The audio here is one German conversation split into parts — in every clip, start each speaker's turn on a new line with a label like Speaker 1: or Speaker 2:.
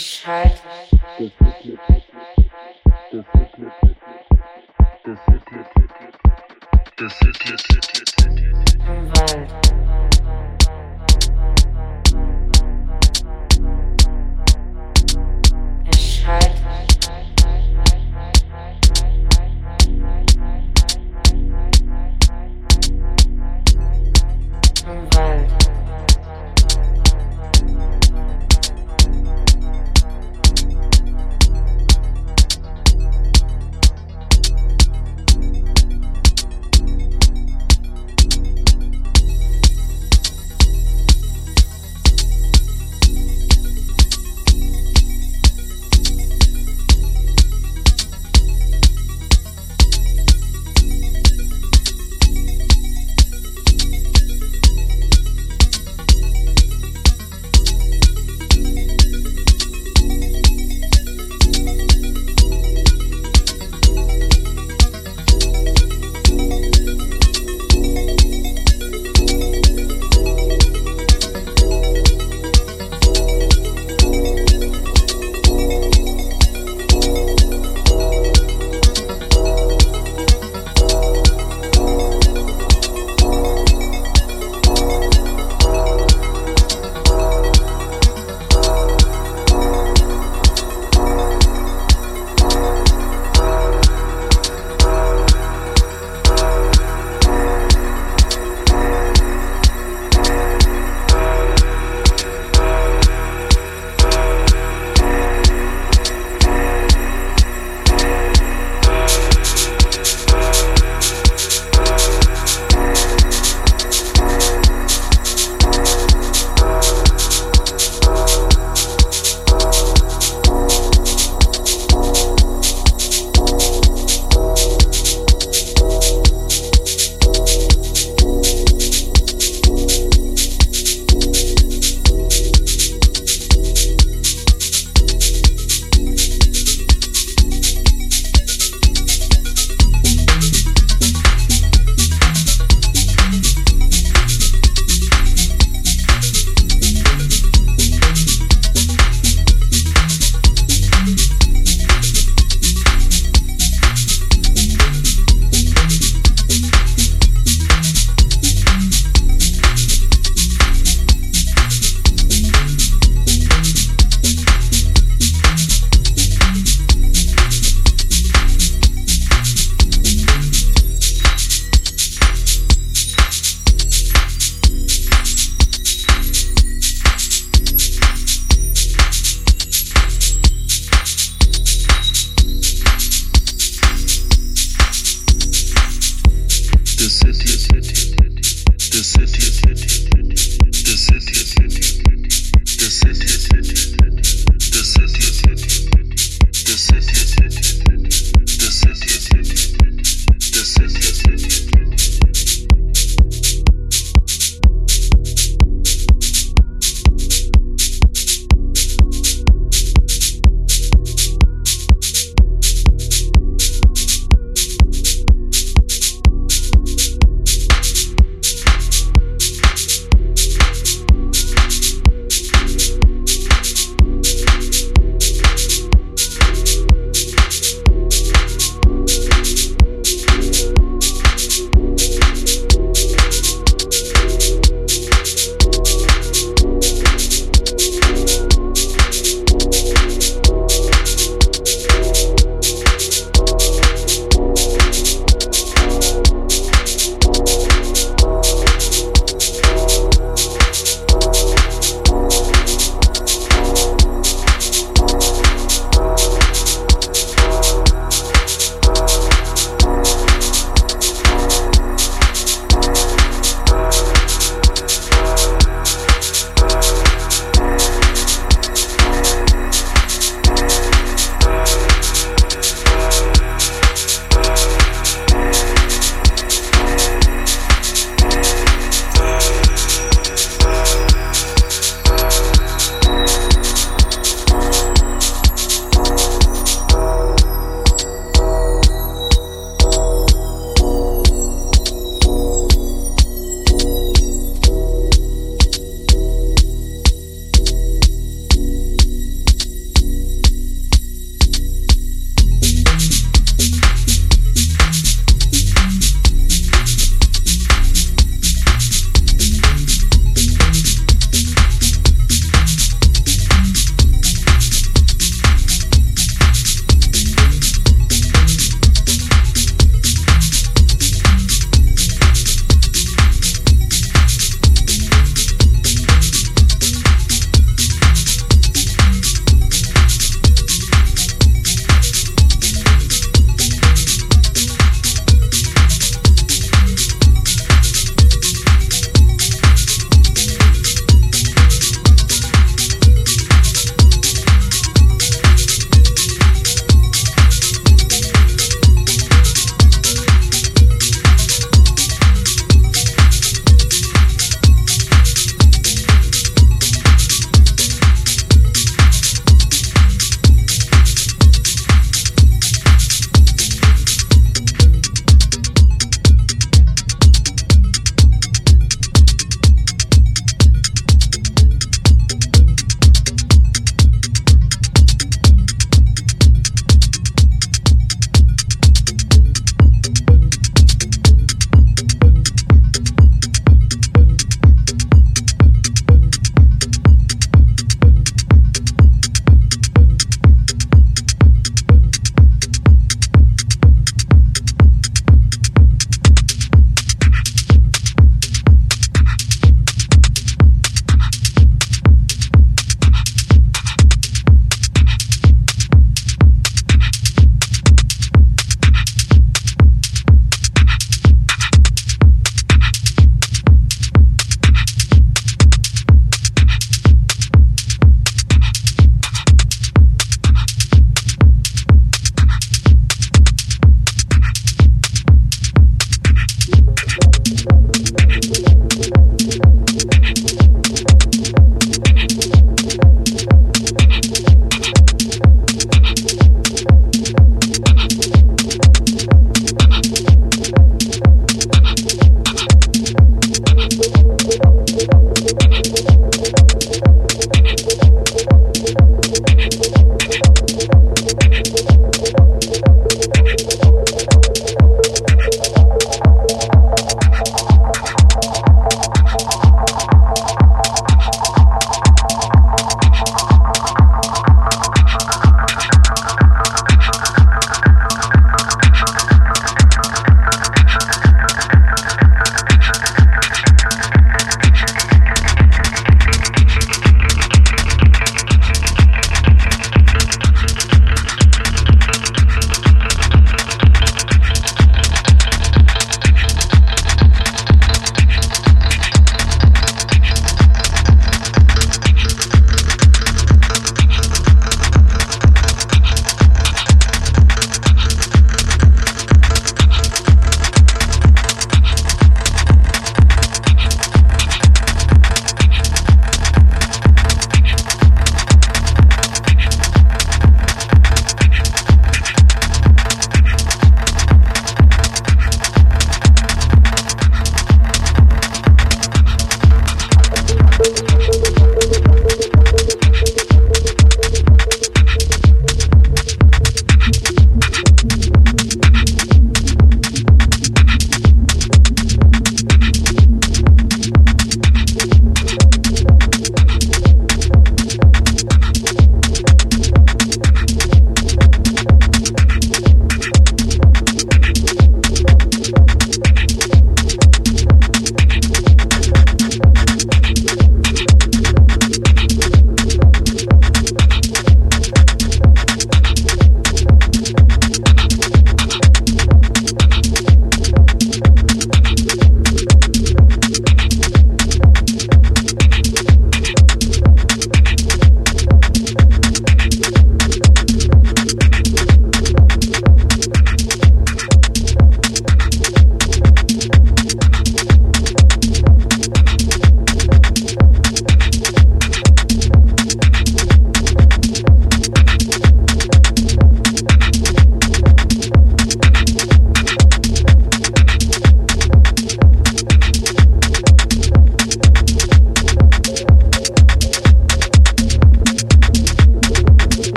Speaker 1: Bescheid. Im Wald. Bescheid. Im Wald.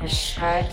Speaker 1: Hard.